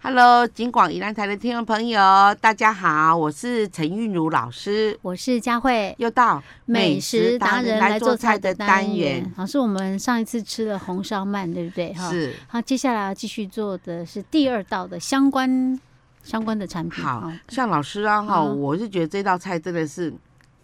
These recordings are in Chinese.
Hello，金广宜兰台的听众朋友，大家好，我是陈韵如老师，我是佳慧，又到美食达人来做菜的单元元，，好，是我们上一次吃了红烧鳗，对不对？哎哈，。是好，接下来要继续做的是第二道的相关相关的产品。好哦像老师啊哈，嗯我是觉得这道菜真的是。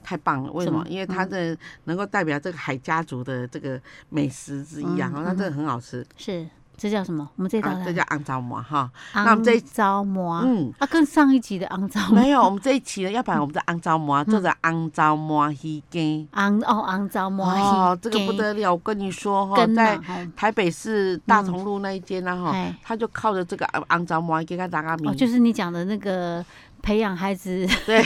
太棒了，为什什么么？嗯因为它的能够代表这个海家族的这个美食之一啊，嗯哈它真的很好吃。是这叫什么？我们这道啊菜这叫肮脏馍哈。肮那我们这一糟馍啊，嗯嗯，啊，跟上一集的肮糟 馍没有，我们这一期呢，要不然我们的肮脏馍做的嗯肮脏馍鱼羹。肮哦肮糟馍哦，这个不羹嗯得了，我跟你说哈，羹在哦嘛，哈台北市大同路那一间呢，哈、哎他就靠着这个肮肮脏猫给他打个名，哦，就是你讲的那个培养孩子， 对，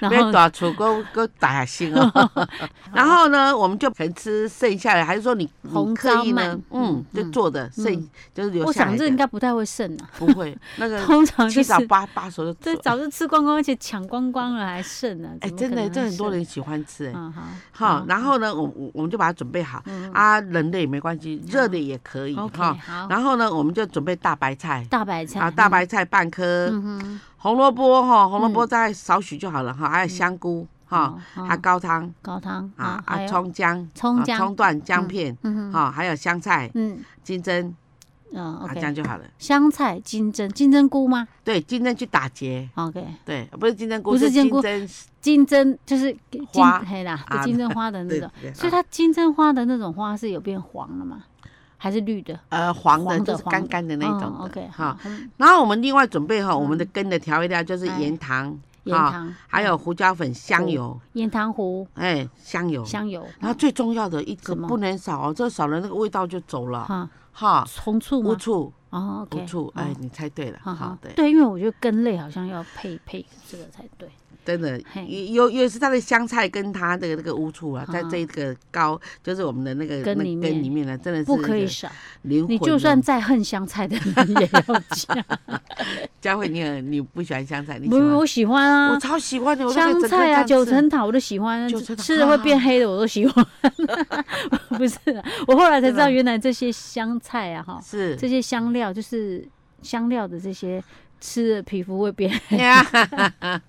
然不要后打出给给打心 哦。然后呢，我们就可能吃剩下的，还是说你你红刻意糟呢鳗？嗯嗯，就做的剩、就是留我下想来这应的，该不太会剩啊，不会那个 通常七就是早八八熟就这做。早就吃光光，而且抢光光了，还剩呢？哎、怎么真可的，能这还很多剩人喜欢吃哎、嗯好，好，嗯然后呢，我我我们就把它准备好、啊，冷的也没关系，热的也可以嗯，OK，嗯哈。好，然后呢，我们就准备大白菜大白菜啊，大，白菜半颗，嗯哼，红萝卜哈，红萝嗯卜再少许就好了哈，还有香菇哈，好，还好有高汤高汤啊好啊，哦还有葱姜、葱啊姜葱，段、姜片嗯哼，哈，还有香菜、嗯金针嗯啊，这样，OK，就好了。香菜、金针、金针菇吗对，金针去打结， ？OK，对，不是金针菇，不是金金菇针金针就是金花黑啦啊，金针花的那对种，，对所以啊它金针花的那种花是有变黄了吗？还是绿的？呃黄的黄就的是干干的那一种的 OK，好哈。，嗯然后我们另外准备哈，我们的根的调味料就是哎嗯盐、糖、盐哈，糖，还有胡椒粉、香油，盐糖糊、哎，香油。哦香油，然后最重要的一个什么不能少哦，这少了那个味道就走了哈，哈。红醋乌吗？醋，哦不，OK，醋，哦哎，你猜对了，好好好，对，对，因为我觉得根类好像要配配这个才对。真的，嘿尤尤其是它的香菜跟它的那个乌醋啊，好在好这个高就是我们的那个根那里个根面里面呢，真的是不可一以个少。灵魂你哦。就算再恨香菜的人也 要加。佳慧，你很你不喜欢香菜，你喜不是，欢？我喜欢我啊，超喜欢的，我都可以香整个这菜啊，样九吃层塔我都喜欢啊，九层塔吃了会变黑的我都喜 欢。不是啊，我后来才知真的道原来这些香菜啊，哈，这是，些香料就是香料的这些。吃了皮肤会 变黑 啊，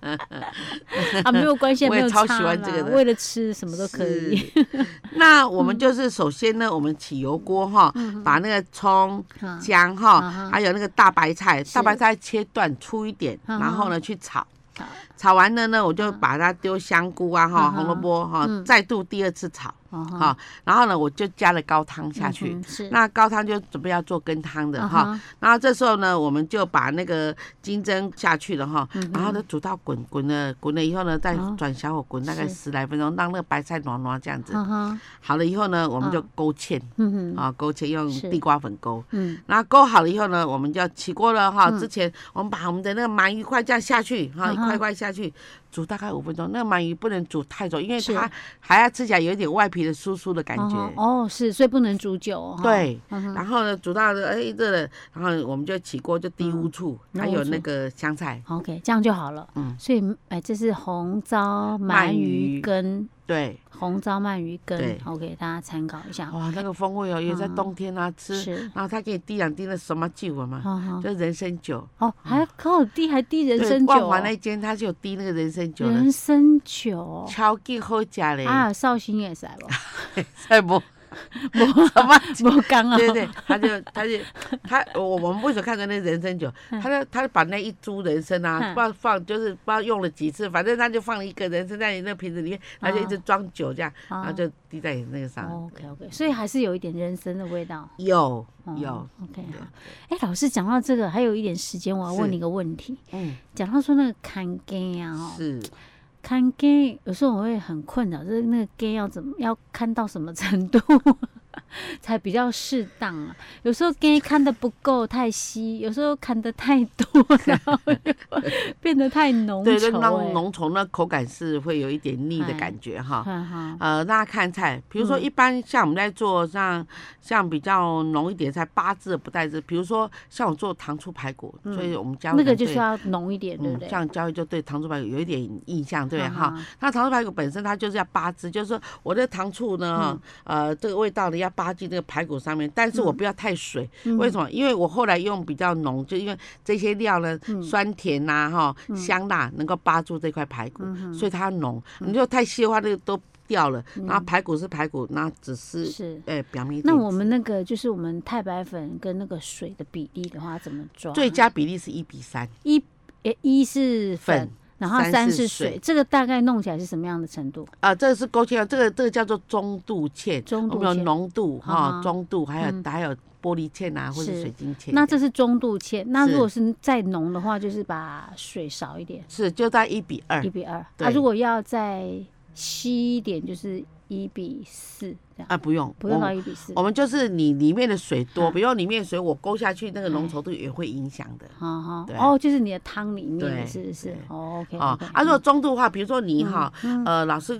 没有关系，我也没有超差喜欢这个啦的为了吃什么都可以。 嗯是。那我们就是首先呢，我们起油锅哈，把那个葱、嗯啊姜哈，啊还有那个大白菜，是大白菜切断粗一点，啊然后呢去炒。好炒完了呢，我就把它丢香菇啊哈、嗯哼红萝卜哈，嗯再度第二次炒好哈、然后呢，我就加了高汤下去。哦嗯哼是那高汤就准备要做羹汤的啊哈、哈然后这时候呢，我们就把那个金针下去了哈，然后呢煮到滚滚了，滚了以后呢，再嗯哦转小火滚大概是十来分钟，让那个白菜软软这样子。啊哈，好了以后呢，我们就嗯勾芡嗯哼，啊，勾芡用是地瓜粉勾。嗯，然后勾好了以后呢，我们就要起锅了哈。之前我们把我们的那个鳗鱼块这样下去哈，一嗯哼块一块下去煮大概五分钟。那个鳗鱼不能煮太久，因为是它还要吃起来有一点外皮的酥酥的感觉。哦哦，是，所以不能煮久哦。哈，对，嗯哼然后呢，煮到哎热了，然后我们就起锅就滴乌醋，嗯还有那乌醋那个香菜， OK，这样就好了。嗯所以哎，这是红糟鳗鳗鱼鱼羹，对，红糟鳗鱼羹对，OK，大家参考一下。哇，那个风味哦，也在嗯冬天啊吃，是，然后它给你滴两滴那什么酒啊嘛，好好就人参酒。哦，还可滴还滴人对参酒万哦华，那间它是有滴那个人参酒的人，参酒 哦超级好食嘞，啊，绍兴也是 不？哎不，不什么酒？不刚啊，对 对，他就他就他我我们为什么看到那人参酒？他就他就把那一株人参啊，嗯放放就是不知道用了几次，反正他就放了一个人参在你那瓶子里面，他就一直装酒这样，然啊后就滴在你那个上。 OK OK，所哦以还是有一点人参的味道。有哦有， OK 对好，哎，老师讲到这个，还有一点时间，我要是问你一个问题。嗯，讲到说那个砍根啊，哦，是看 gay 有时候我会很困扰，就是那个 gay 要怎么要看到什么程度 才比较适当啊？有时候 gay 看的不够太稀，有时候看的太多，然后又变得太浓对，稠、就欸。让浓稠那口感是会有一点腻的哎感觉哈。哈哈，呃，那看菜，比如说嗯一般像我们在做像像比较浓一点的菜，八字的不带汁，比如说像我做糖醋排骨，所以我们家嗯那个人就是对要浓一点，对不嗯，对？这样教育就对糖醋排骨有一点印象，对哈嗯。嗯那糖醋排骨本身它就是要八汁，就是说我的糖醋呢，呃，这个味道呢要扒进那个排骨上面，但是我不要太水。嗯为什么？因为我后来用比较浓，就因为这些料呢，嗯酸甜呐、哈、香辣能够扒住这块排骨，嗯所以它浓。你就太稀的话，那个都掉了。然后排骨是排骨，那只是嗯是。哎、表面一点那点。我们那个就是我们太白粉跟那个水的比例的话，怎么抓？最佳比例是一比三，一诶一是粉粉，然后三三是是水水，这个大概弄起来是什么样的程度？啊，这个是勾芡料，这个这个叫做中度芡，中我度们有芡浓度哈、啊哈中度，还有、还有玻璃芡啊，或者是水晶芡。那这是中度芡，那是如果是再浓的话，就是把水少一点，是就在一比二一，比二。啊，对如果要再稀一点，就是一比四这样，啊，不用不用我到们一比四。我好们就是你里面的水多，比如里面水我勾下去，哎那个浓稠度也会影响的。好对哦，就是你的汤里对面是不是对？哦，OK 啊 OK，啊，如果中度的话，比如说你嗯哈，呃，老师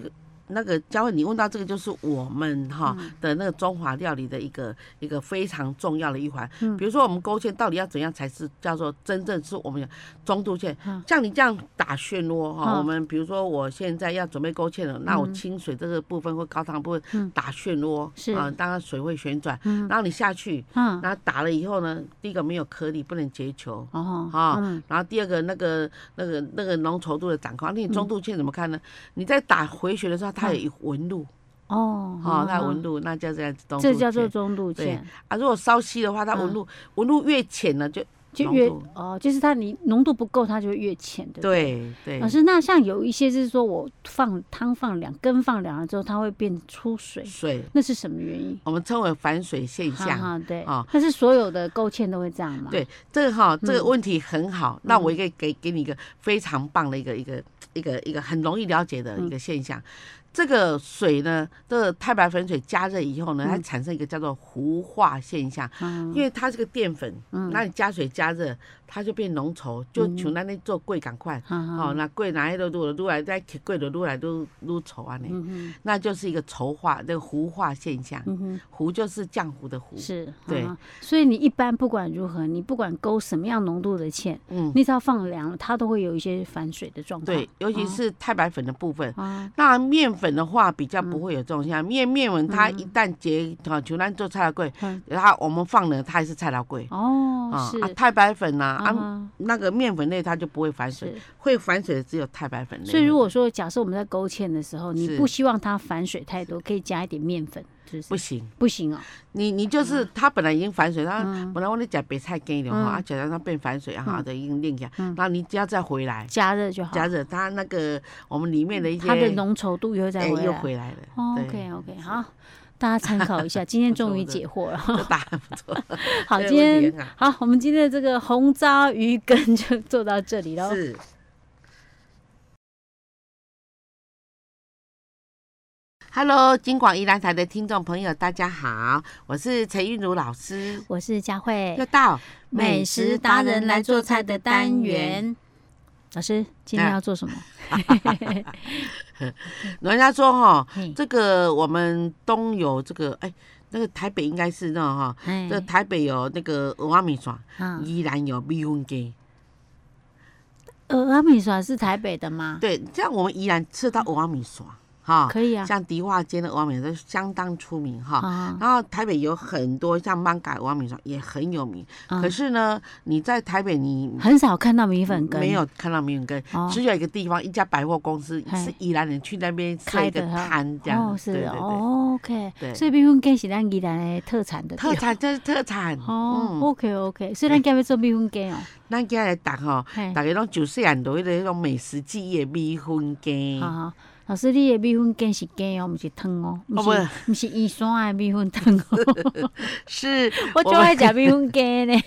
那个嘉惠，你问到这个就是我们哈嗯的那个中华料理的一个一个非常重要的一环。嗯比如说我们勾芡到底要怎样才是叫做真正是我们中度芡？像你这样打漩涡哈，嗯我们比如说我现在要准备勾芡了，那我清水这个部分或高汤部分打漩涡，嗯是啊，当然水会旋转，然后你下去，嗯，然后打了以后呢，第一个没有颗粒，不能结球。哦啊、嗯然后第二个那个那个那个浓稠度的掌控，那你中度芡怎么看嗯呢？你在打回旋的时候，它有一纹路，哦，哈、它有嗯纹路，那叫这样子中度这叫做嗯芡中度对芡，啊。如果稍稀的话，它纹路、纹路越浅呢，就就浓越度哦，就是它你浓度不够，它就会越浅，对不对对对老师，那像有一些是说我放汤放凉，根放凉了之后，它会变出水，水，那是什么原因？我们称为反水现象。哈，对，啊但是所有的勾芡都会这样吗？，对，这个哈，这个问题很好。那我也可以给给你一个非常棒的一个一个一个一个很容易了解的一个现象。这个水呢，这个太白粉水加热以后呢，它产生一个叫做糊化现象，嗯因为它是个淀粉，那你加水加热，它就变浓稠，就像咱那做粿赶快。哈哈，哦，那粿哪一路路路来，再起粿的路来都都稠啊呢，嗯那就是一个稠化，这个糊化现象。哼，嗯糊就是浆糊的糊哼，，是，对哈哈所以你一般不管如何，你不管勾什么样浓度的芡，嗯，你只要放凉了，它都会有一些反水的状况。对，尤其是太白粉的部分，啊，那面粉的话比较不会有这种现象，面面粉它一旦结啊，就咱做菜头粿，嗯它我们放了它还是菜头粿哦，啊是，啊，太白粉呐啊啊，哈，那个面粉类它就不会反水，是。会反水的只有太白粉类。所以如果说假设我们在勾芡的时候，是你不希望它反水太多，可以加一点面粉，是不不是？行，不行哦，你你就是它本来已经反水，它本来我你讲白菜羹的话，嗯啊，假如它变反水啊，哈，就已经练起来，然后你只要再回来加热就好。嗯加热，它那个我们里面的一些它的浓稠度又会再哎回来。又回来了。哦对 OK OK，好，大家参考一下。今天终于解惑了。这答案不错， 好， 这个今问天题很好好，我们今天的这个红糟鱼羹就 做到这里喽。是。Hello，金广宜兰台的听众朋友，大家好，我是陈韵如老师，我是佳慧又，到。。老师，今天啊要 做什么？人家说哈，嘿这个我们东有这个，哎，那个台北应该是那种哈，哎这台北有那个蚵仔米线，啊，宜兰有米粉羹。呃，阿米耍是台北的吗？对，这样我们宜兰吃到蚵仔米线哈，可以啊。像迪化街的蚵仔米线相当出名哈。啊，然后台北有很多像漫改王米霜也很有名，嗯可是呢，你在台北你很少看到米粉羹，没有看到米粉羹，哦只有一个地方一家百货公司嘿是宜兰人去那边设一开个的哈摊这样，哦，是对对对，哦，OK，对所以米粉羹是咱宜兰的特产的，特产这是特产，哦嗯， ，OK OK，所以咱今日做米粉羹哦， 咱今来打吼，嘿，大家拢啊就是人落迄个迄种美食记忆的米粉好羹，好，老师，你的米粉羹是羹哦，不是汤哦，哦不是不是燕山的米粉汤 哦，是我就爱食米粉羹 呢，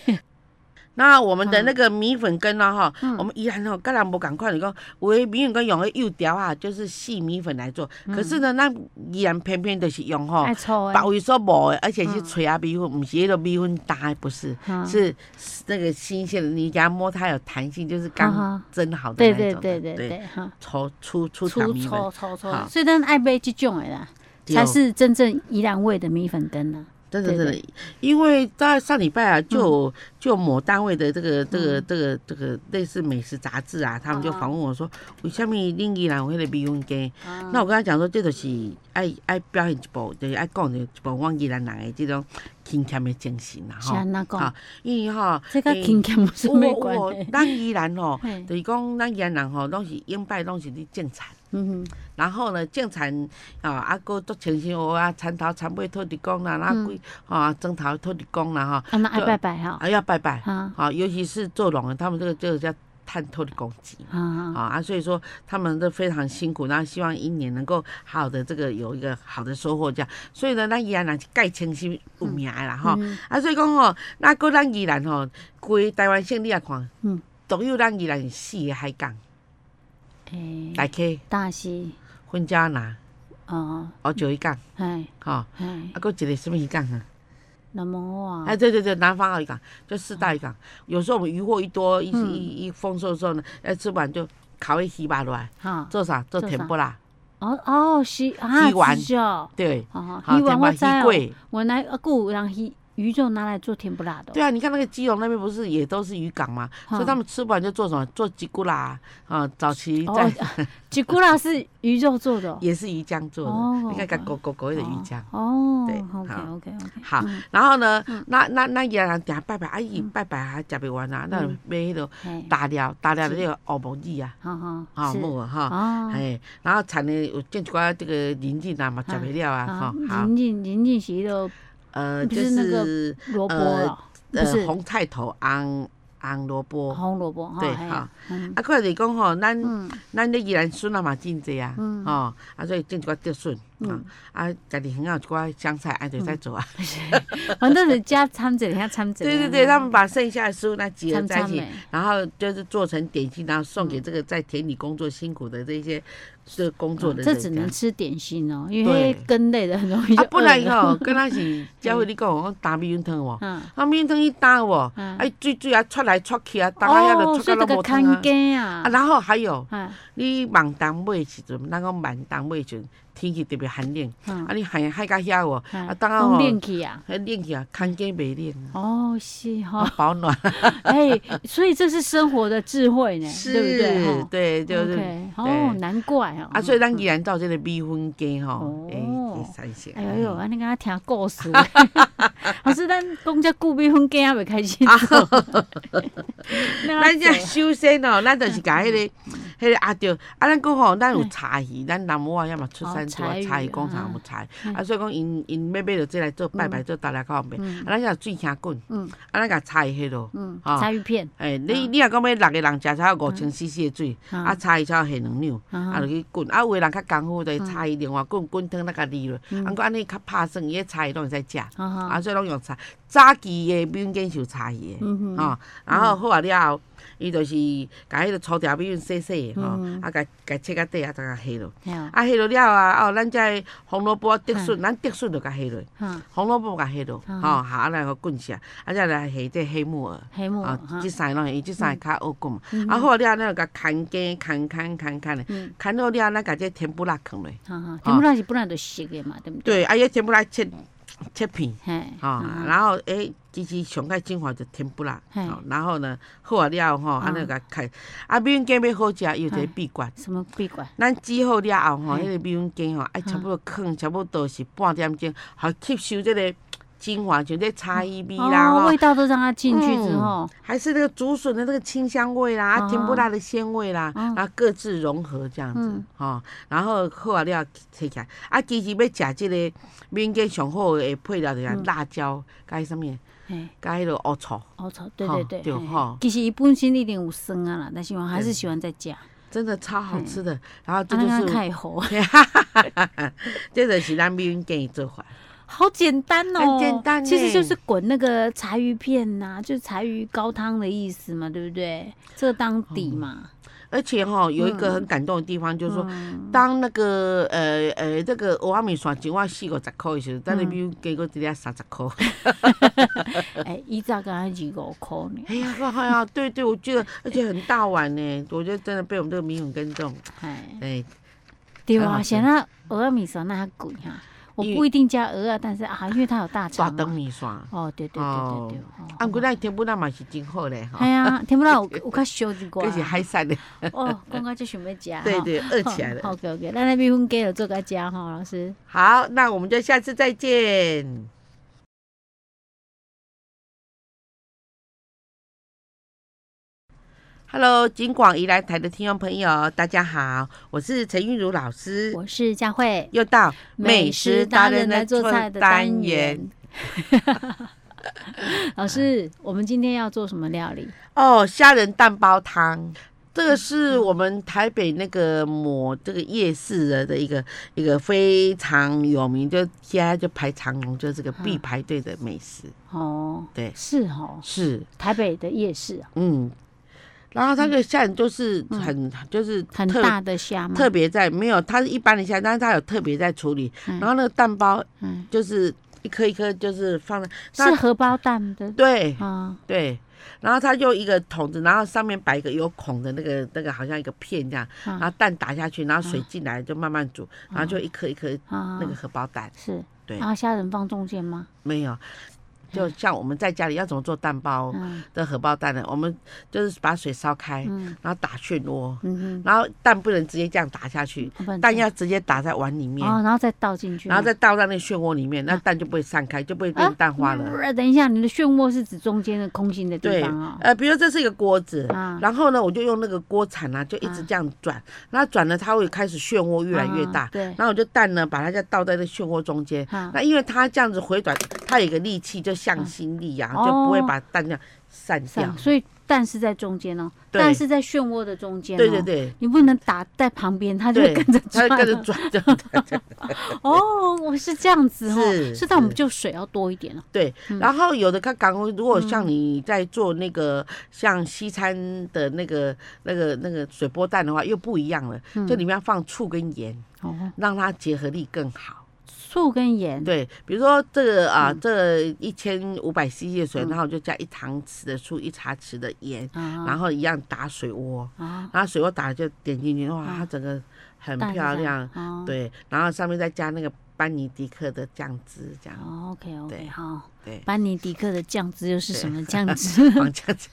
那我们的那个米粉羹呢，哈，嗯我们宜兰吼，跟人无赶快，你讲，有的米粉羹用的幼条啊，就是细米粉来做，嗯可是呢，咱宜兰偏偏就是用吼爱，醋别的，位所无的，而且嗯是炊啊米粉，不是迄个米粉打的，不是，哈是是那个新鲜的，你给它摸它有弹性，就是刚啊蒸好的对那对种的，对对对，哈，粗粗粗粗长米粉粗粗粗好，所以咱爱买这种的啦，对哦才是真正宜兰味的米粉羹呐，啊真的对嗯真的，因为在上礼拜啊，就有就有某单位的这个这个这个这个类似美食杂志啊，他们就啊访问我说，为什么恁宜兰有迄个美容街？啊那我跟他讲说，这就是爱爱表现一部，就是爱讲的一部阮宜兰人的这种勤俭的精神啦、是吼。安那讲好，因为吼，这跟诶勤俭有什有么哦有关哦系？嗯咱宜兰 吼嘿，就是讲咱宜兰人吼，拢是永拜拢是咧种田。嗯然后呢，种田吼，啊，搁做清新湖啊，田头、田尾土地公啦，那嗯几吼啊，砖头土地公啦，哼，安那爱就拜拜哈吼，，啊要拜拜，啊好，尤其是做农的，他们这个这个叫探透的公鸡。啊啊，啊啊，所以说他们都非常辛苦，然后希望一年能够好好的这个有一个好的收获，这样。所以呢，咱宜兰人是盖清新有名的啦吼、嗯啊，所以讲吼，那个咱宜兰吼，规台湾省你也看，嗯，独有咱宜兰有四个海港，诶，大溪、大溪，婚家南、哦，鳌九一港，哎吼、哎啊，，还有一个什么鱼港啊？南无啊哎，，对对对，南方澳渔港就四大渔哦港。有时候我们渔获一多，嗯一一一丰收的时候呢，要吃完就烤一鱼吧落来，哈，做啥？做做甜啥不啦？哦哦是啊，鱼丸是哦，对，哦，好，鱼丸甜我不知哦，桂。原来啊，还有人鱼鱼肉拿来做甜不辣的哦，对啊，你看那个基隆那边不是也都是渔港嘛，所以他嗯们吃完就做什么？做吉古啦啊，早期哦在， 吉古拉是鱼肉做的哦，也是鱼浆做的，哦你看看狗狗狗的鱼浆。哦嗯对，OK 好 OK OK，好，然后呢，那那那也人定拜拜，啊嗯伊拜拜还食不完啊，那就买迄个嘿，大料，大料就是那个黑木耳啊，好好，啊是木耳哈。哦，哎，然后产的有种一寡这个邻近啊嘛，食袂了啊，啊哈，好，林近林近是迄个呃，就不是那个是萝卜呃了，不呃是红菜头、红红萝卜，啊，红萝卜哈，对嘿好，嗯佫是讲吼，咱嗯咱咧宜兰笋啊嘛真济啊，嗯吼，啊所以种一寡竹笋，啊嗯，啊家己很好一寡香菜，安就再做 啊，反正人家掺着，人家掺着，对对对，他们把剩下的食物呢结合嗯掺在一掺起。的，嗯然后就是做成点心，然后送给这个在田里工作辛苦的这些这个工作的人。哦啊这只能吃点心哦，因为对根类的很容易啊就，不然饿了吼，敢若 是教会你讲，我打米粉汤哦， 嗯啊米粉汤一打哦，嗯哎水水啊出来出去啊，大家遐哦，就所出到以这都个无汤啊看。根啊啊，，然后还有哎，你晚冬尾时阵，咱讲晚冬尾时阵天气特别寒冷，嗯啊你寒海到遐哦，哎啊当然拢吼，练去啊，迄冷起啊，空间袂冷，哦是哈啊，保暖哎，所以这是生活的智慧呢，是 对不对？哈对，就是。 OK，对哦，难怪哦。啊，所以咱既然到这个米粉羹吼哦，诶，会三鲜。哎呦呦，安尼敢若听 故事， 老师，咱讲遮久米粉羹也袂开 心做。啊咱这首先哦，嗯咱就是甲迄个、迄个啊对，啊咱讲吼，咱有茶鱼，咱南无啊，要么出产做嗯哦茶柴鱼鱼工厂嗯有茶，嗯啊所以讲因因要买着这来做拜拜做大家靠卖，啊嗯咱甲水兄滚，嗯啊咱甲茶鱼迄落，嗯，啊柴鱼片诶，你你若讲要六个人食才有五千 CC 的水，啊啊，茶鱼才有下两两。啊，啊落去滚，啊有的人较功夫，嗯就是茶鱼另外啊滚滚汤那个离落，啊，不过安尼较拍算，伊个茶鱼拢会使食，啊啊，所以拢用茶，早期的民间是有茶鱼的。嗯哼，哦，然后好啊了后，伊就是甲迄个粗条米粉洗洗的吼，嗯啊甲甲切甲底啊，再甲下落。嘿哦啊下落了啊，哦，咱遮红萝卜、竹笋，咱竹笋就甲下落，哈，红萝卜甲下落，吼，嗯下啊来互滚下，啊再来下这黑木耳。黑木耳啊，哈即，三个拢会，伊即三个较好滚嘛。嗯啊好啊了，咱就甲牵根、牵牵牵牵咧，嗯，牵好了，咱甲这甜不辣放落。哈哈，甜不辣是本来就熟的嘛，对不对？啊对，啊，伊甜不辣切切片。嘿，哦，啊然后诶，其实上海精华就甜不辣，嘿嗯哦然后呢，好啊了吼，安尼甲开，啊，米粉羹要好食，有一个嘿秘诀，什么闭关？咱煮好了后吼，嘿嗯迄个米粉羹吼，爱差不多放差不多是半点钟，好吸收这个精华，就这差异味啦嗯哦，吼味，道都让它进去之后，还是那个竹笋的那个清香味啦，啊，哦甜不辣的鲜味啦，哦然后各自融合这样子嗯，吼，然后好啊了摕起来，啊，其实要食这个米粉羹上好的配料就是嗯辣椒，加啥物？嘿，加迄个乌醋，哦，操，对哈对对，对嘿哈其实伊本身一定有酸啊啦，但是我还对是喜欢再加，啊，真的超好吃的。然后这就那是个，太好， 这就是咱美云建议做法。好简单哦，很简单其呢实就是滚那个柴鱼片呐、就是柴鱼高汤的意思嘛，对不对？这个当底嘛，而且哈、有一个很感动的地方，就是说，嗯当那个呃呃这个蚵仔面线一碗四五十块的嗯时候，咱的美云建议搁一粒三十块。 哦哎，一早刚才几五块呢，哎呀，哎呀，对对，我觉得而且很大碗呢，我觉得真的被我们这个米粉跟动。哎，哎，对很好啊，吃现在蚵仔米线那还贵哈、我因为不一定加鹅啊，但是啊，因为它有大大肠嘛。灯米线。哦，对对对对对。哦啊，毋过咱天不咱嘛是真好嘞吼 哎，呀，听不到有有较烧一寡这是海产的，哦，讲到就想要食。嗯对对，饿起来了。好，OK OK，那那米粉给了做个家哈，老师。好，那我们就下次再见。Hello，金广宜兰台的听众朋友，大家好，我是陈韵如老师，我是佳慧，又到美食达人来做菜的单元。 老师，我们今天要做什么料理？哦，虾仁蛋包汤。这个是我们台北那个某这个夜市的的一个一个非常有名，就现在就排长龙，就是这个必排队的美食。哦，对是哦，是，台北的夜市啊，嗯，然后它的虾仁就是很、就是嗯很特大嗯的虾吗？特别在没有，它是一般的虾，但是它有特别在处理。嗯然后那个蛋包嗯，就是一颗一颗就是放在那是荷包蛋的对，啊，对，然后它用一个桶子，然后上面摆一个有孔的那个那个，好像一个片这样，嗯然后蛋打下去，然后水进来就慢慢煮，然后就一颗一颗啊那个荷包蛋，是，对然后虾仁放中间吗？没有。就像我们在家里要怎么做蛋包嗯的荷包蛋呢？我们就是把水烧开，嗯然后打漩涡，嗯然后蛋不能直接这样打下去，哼，蛋要直接打在碗里面，嗯哦，然后再倒进去吗，啊嗯然后再倒在那个漩涡里面，那蛋就不会散开，就不会变蛋花了。呃，等一下，你的漩涡是指中间的空心的地对方啊，呃，比如这是一个锅子，啊然后呢，我就用那个锅铲啊，就一直这嗯样转，然后转了它会开始漩涡越来越大，啊对，然后我就蛋呢把它再倒在那漩涡中间。啊那因为它这样子回转，它有一个力气，就向心力呀、嗯就不会哦把蛋这样散掉上，。所以蛋是在中间哦，对蛋是在漩涡的中间，哦对对。对。你不能打在旁边，它就会对，跟着它就 转。跟着转，这样子哦，我是这样子哦，是是但我们是就水要多一点哦。对。然后有的它刚，如果嗯像你在做那个像西餐的那个那个那个水波蛋的话，又不一样了，嗯就里面要放醋跟盐，哦，让它结合力更好。醋跟盐，对，比如说这个啊，嗯这一千五百 CC 的水，然后我就加一汤匙的醋，一茶匙的盐，啊然后一样打水窝，啊，然后水窝打了就点进去，哇，它整个很蛋是漂嗯亮这样，。哦，对，然后上面再加那个班尼迪克的酱汁，这样哦，OK 对 OK，好。对，班尼迪克的酱汁又是对什么 酱汁？ 放酱汁。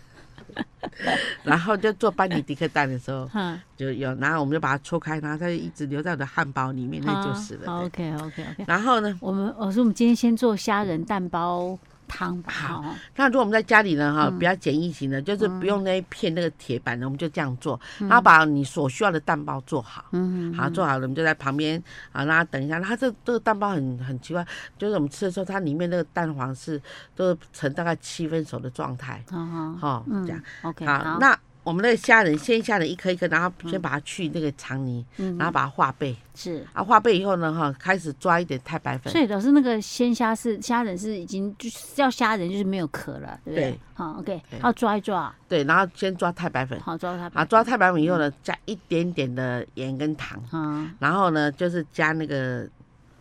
然后就做班尼迪克蛋的时候嗯，就有，然后我们就把它搓开，然后它就一直留在我的汉堡里面，那就是了。对 OK OK OK，然后呢，我们我说我们今天先做虾仁蛋包汤吧。好哦，那如果我们在家里呢，哈，嗯比较简易型的，就是不用那一片那个铁板的，我们就这样做，然后把你所需要的蛋包做好。嗯，好，做好了，我们就在旁边啊，让它等一下。它这这个蛋包很很奇怪，就是我们吃的时候，它里面那个蛋黄是都成大概七分熟的状态，好好，哈、嗯这样。 ，OK，好好，，那我们那个虾仁，先虾仁一颗一颗，然后先把它去那个肠泥，嗯然后把它化背。是。啊，化背以后呢，哈，开始抓一点太白粉所。以老师，那个鲜虾是虾仁是已经就是要虾仁就是没有壳了，对不对对？好，OK，对要抓一抓，对，然后先抓太白粉。好嗯抓它。啊，抓太白粉以后呢，加一点点的盐跟糖。啊，然后呢，就是加那个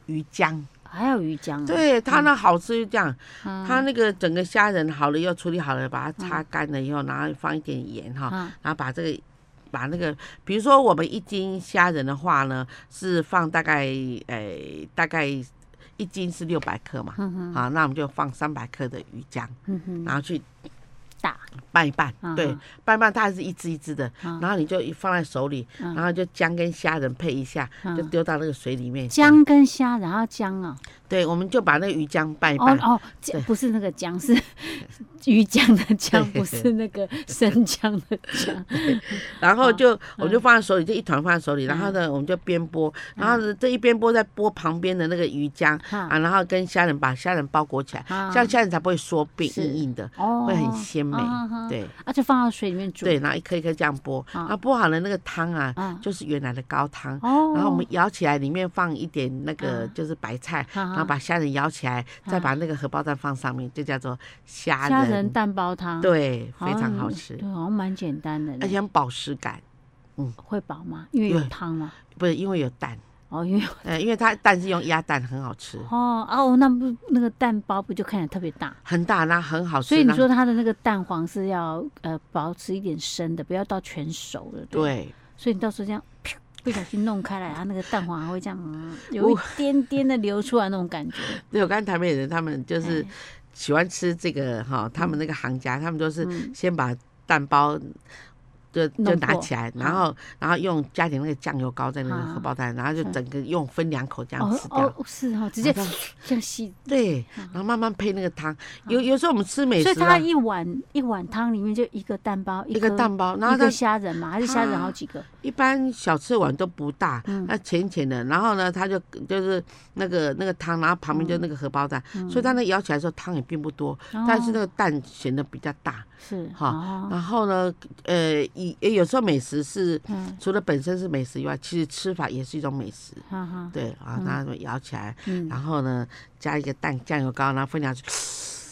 鱼浆，还有鱼浆啊。对它那好吃就这样，啊，它那个整个虾仁好了又处理好了，把嗯它擦干了以后，然后放一点盐哈，啊然后把这个把那个，比如说我们一斤虾仁的话呢，是放大概诶、大概一斤是六百克嘛，好，那我们就放三百克的鱼浆，嗯哼，然后去打拌一拌嗯，对嗯，拌一拌它还是一只一只的，嗯然后你就一放在手里，嗯然后就姜跟虾仁配一下，就嗯丢到那个水里面。姜跟虾，然后姜啊，对，我们就把那个鱼浆拌一哦拌。哦，姜对不是那个 姜，是鱼浆的姜，对不是那个生姜的 姜。然哦后就我嗯们就放在手里，就一团放在手里，然后呢，我们就边剥，然后呢这一边剥再剥旁边的那个鱼浆啊，哈，然后跟虾仁把虾仁包裹起来，啊这样虾仁才不会缩变是硬硬的，哦会很鲜美啊哈。对啊，就放到水里面煮。对，然后一颗一颗这样剥，啊啊剥好了那个汤啊啊，就是原来的高汤。哦，然后我们舀起来，里面放一点那个啊就是白菜，啊然后把虾仁舀起来，再把那个荷包蛋放上面，就叫做虾虾仁仁。蛋包汤，对，好非像，常好吃对，，好像蛮简单的呢，而且很饱食感。会饱吗？因为有对汤嘛。不是因为有 蛋，哦，因为呃，因为它蛋是用鸭蛋，很好吃，哦哦，那不那个蛋包不就看起来特别大？很大，那很好吃。所以你那说它的那个蛋黄是要呃保持一点生的，不要到全熟的。不，对，所以你到时候这样，不小心弄开来，它那个蛋黄还会这样，嗯有一点点的流出来那种感觉。对，我看台北人他们就是哎喜欢吃这个哈，他们那个行家，他们都是嗯先把蛋包就就弄拿破起来，然后然后用加点那个酱油膏在那个荷啊包蛋，然后就整个用分两口这样哦吃掉。哦，是哦，直接好像这样吸，对，然后慢慢配那个汤。有有时候我们吃美所以食它啊，一碗一碗汤里面就一个蛋包，一颗个蛋包，然后一它个虾仁嘛，还是虾仁它好几个？一般小吃碗都不大，嗯它浅浅的，然后呢，它就就是那个那个汤，然后旁边就嗯那个荷包蛋，所以它那舀起来的时候汤也并不多，啊但是那哦个蛋显得比较大。是哈哦，然后呢，呃，也也有时候美食是嗯，除了本身是美食以外，其实吃法也是一种美食。哈哈，对啊，那么舀起来，嗯，然后呢，加一个蛋酱油膏，然后分下去，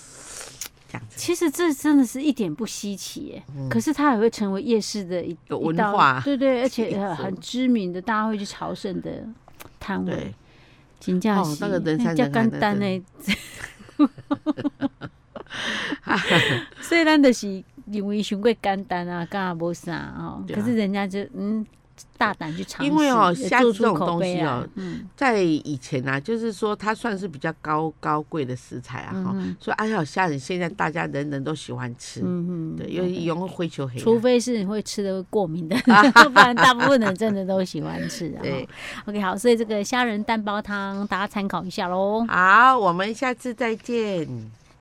这样子。其实这真的是一点不稀奇耶，可是它也会成为夜市的一嗯有一文道化对对，而且气呃死很知名的，大家会去朝圣的摊位对。，金价哦是那个人山叫人海简那单真呢。 所以咱就是因为想过简单啊，干嘛无啥哦。对啊可是人家就嗯大胆去尝试，因为哦也虾做子出这种口东碑西啊哦嗯在以前啊，就是说它算是比较高高贵的食材啊，哈、嗯所以还好虾仁现在大家人人都喜欢吃，嗯嗯，对，因为用灰球黑、除啊。非是你会吃的过 敏的，不然大部分人真的都喜欢吃啊。对， OK，好，所以这个虾仁蛋包汤大家参考一下喽。好，我们下次再见。